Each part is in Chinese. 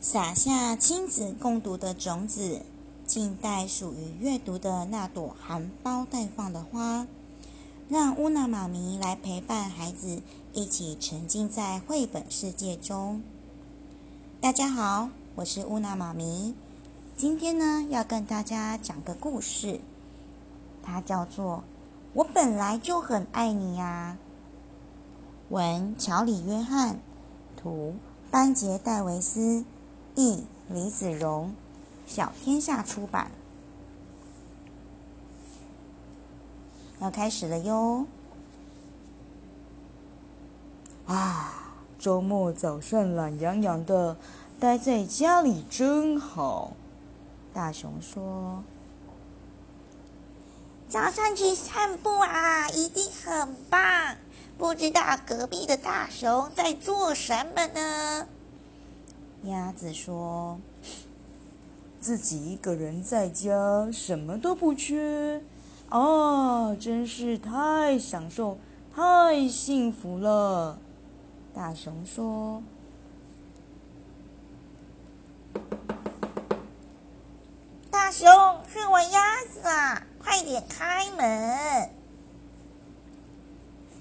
撒下亲子共读的种子，静待属于阅读的那朵含苞待放的花。让乌娜妈咪来陪伴孩子，一起沉浸在绘本世界中。大家好，我是乌娜妈咪。今天呢，要跟大家讲个故事，它叫做《我本来就很爱你呀》。文：乔里·约翰，图：班杰·戴维斯，译：李子荣，小天下出版。要开始了哟！啊，周末早上懒洋洋的，待在家里真好。大熊说：“早上去散步啊，一定很棒。不知道隔壁的大熊在做什么呢？”鸭子说：“自己一个人在家，什么都不缺。”啊，真是太享受、太幸福了！大熊说。大熊，是我鸭子啊！快点开门！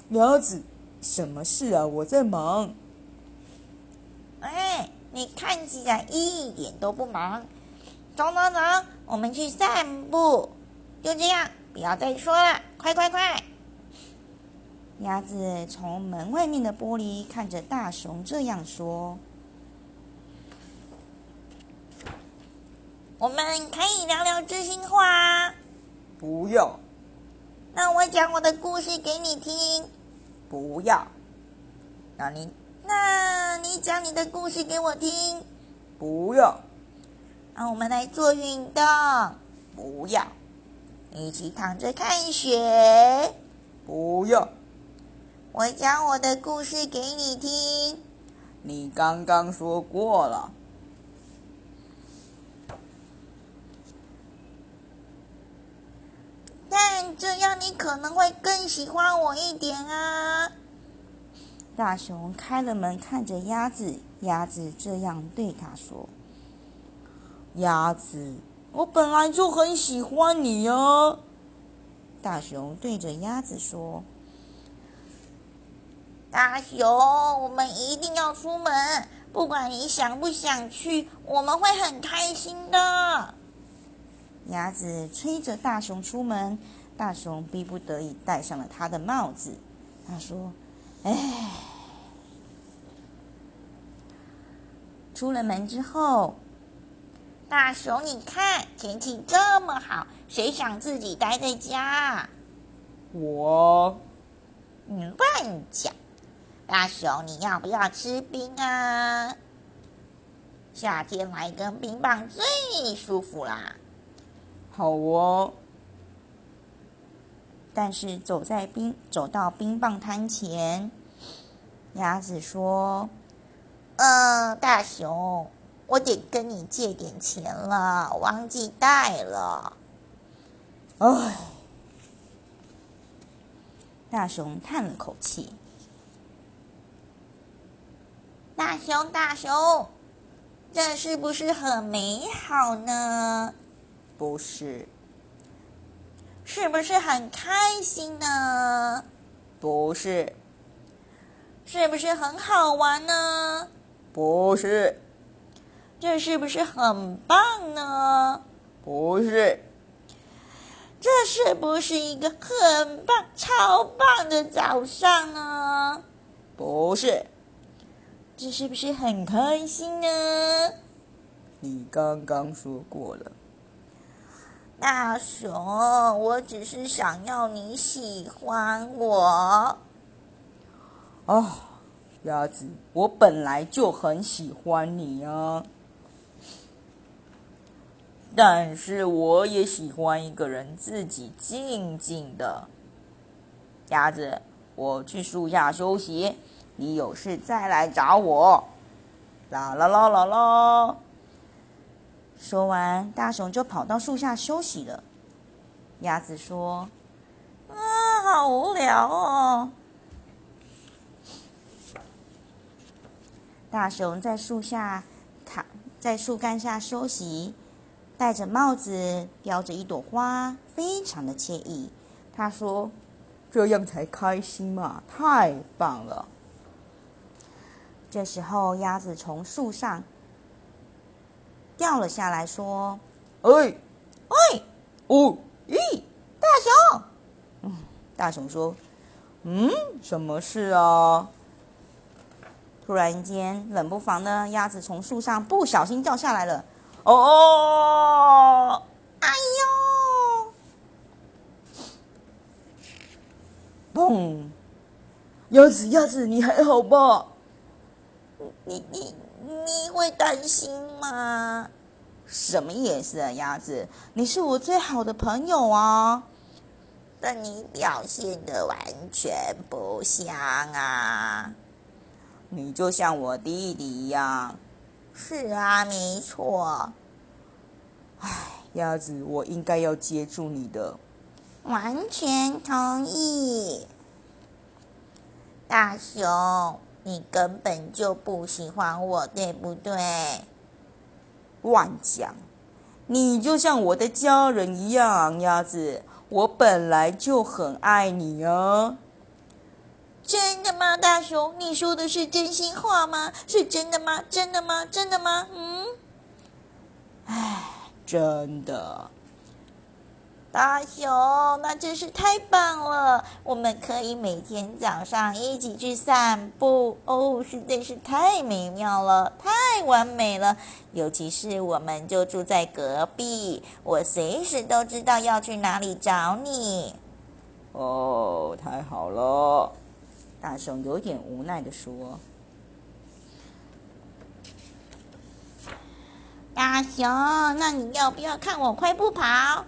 鸭子，什么事啊？我在忙。哎，你看起来一点都不忙。走走走，我们去散步。就这样。不要再说了，快快快！鸭子从门外面的玻璃看着大熊，这样说：“我们可以聊聊知心话啊。”“不要。”“那我讲我的故事给你听。”“不要。”“那你……那你讲你的故事给我听。”“不要。”“那我们来做运动。”“不要。”一起躺着看雪，不要。我讲我的故事给你听。你刚刚说过了。但这样你可能会更喜欢我一点啊！大熊开了门，看着鸭子，鸭子这样对他说：“鸭子。”我本来就很喜欢你呀、啊，大熊对着鸭子说：“大熊，我们一定要出门，不管你想不想去，我们会很开心的。”鸭子催着大熊出门，大熊逼不得已戴上了他的帽子。他说：“哎。”出了门之后。大熊，你看天气这么好，谁想自己待在家？我，你乱讲！大熊，你要不要吃冰啊？夏天来根冰棒最舒服啦。好哦。但是走在冰走到冰棒摊前，鸭子说：“嗯，大熊。”我得跟你借点钱了，忘记带了。唉，大熊叹了口气。大熊，大熊，这是不是很美好呢？不是。是不是很开心呢？不是。是不是很好玩呢？不是。这是不是很棒呢？不是。这是不是一个很棒、超棒的早上呢？不是。这是不是很开心呢？你刚刚说过了。大熊，我只是想要你喜欢我。哦，鸭子，我本来就很喜欢你啊。但是我也喜欢一个人自己静静的。鸭子，我去树下休息，你有事再来找我。啦啦啦啦啦！说完，大熊就跑到树下休息了。鸭子说：“啊，好无聊哦。”大熊在树下躺在树干下休息，戴着帽子，叼着一朵花，非常的惬意。他说：“这样才开心嘛，太棒了！”这时候，鸭子从树上掉了下来，说哎，：“喂，哦，咦，大熊！”嗯大熊说：“嗯，什么事啊？哦突然间，冷不防呢，鸭子从树上不小心掉下来了。哦哦，哎呦！砰！鸭子，鸭子，你还好吧？你你你会担心吗？什么意思啊，鸭子？你是我最好的朋友啊！但你表现的完全不像啊！你就像我弟弟一样。是啊，没错，鸭子，我应该要接住你的。完全同意。大熊，你根本就不喜欢我，对不对？乱讲！你就像我的家人一样，鸭子，我本来就很爱你啊。真的吗，大熊？你说的是真心话吗？是真的吗？真的吗？真的吗？嗯，真的，大熊，那真是太棒了！我们可以每天早上一起去散步哦，实在是太美妙了，太完美了。尤其是我们就住在隔壁，我随时都知道要去哪里找你。哦，太好了。大熊有点无奈的说大熊，那你要不要看我快步跑？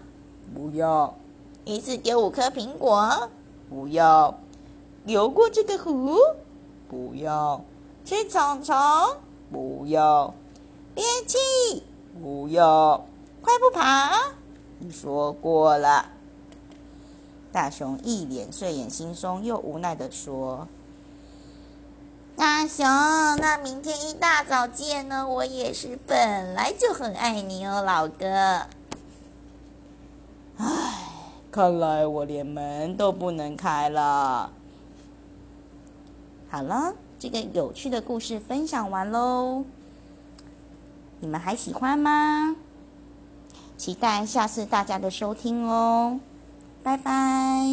不要，一次丢五颗苹果。不要，游过这个湖，不要，吃虫虫，不要，憋气，不要。快步跑！你说过了，：“大熊一脸睡眼惺忪又无奈的说大熊，那明天一大早见呢。我也是本来就很爱你哦，老哥。看来我连门都不能开了。：‘好了，这个有趣的故事分享完喽，你们还喜欢吗？期待下次大家的收听哦，拜拜。’”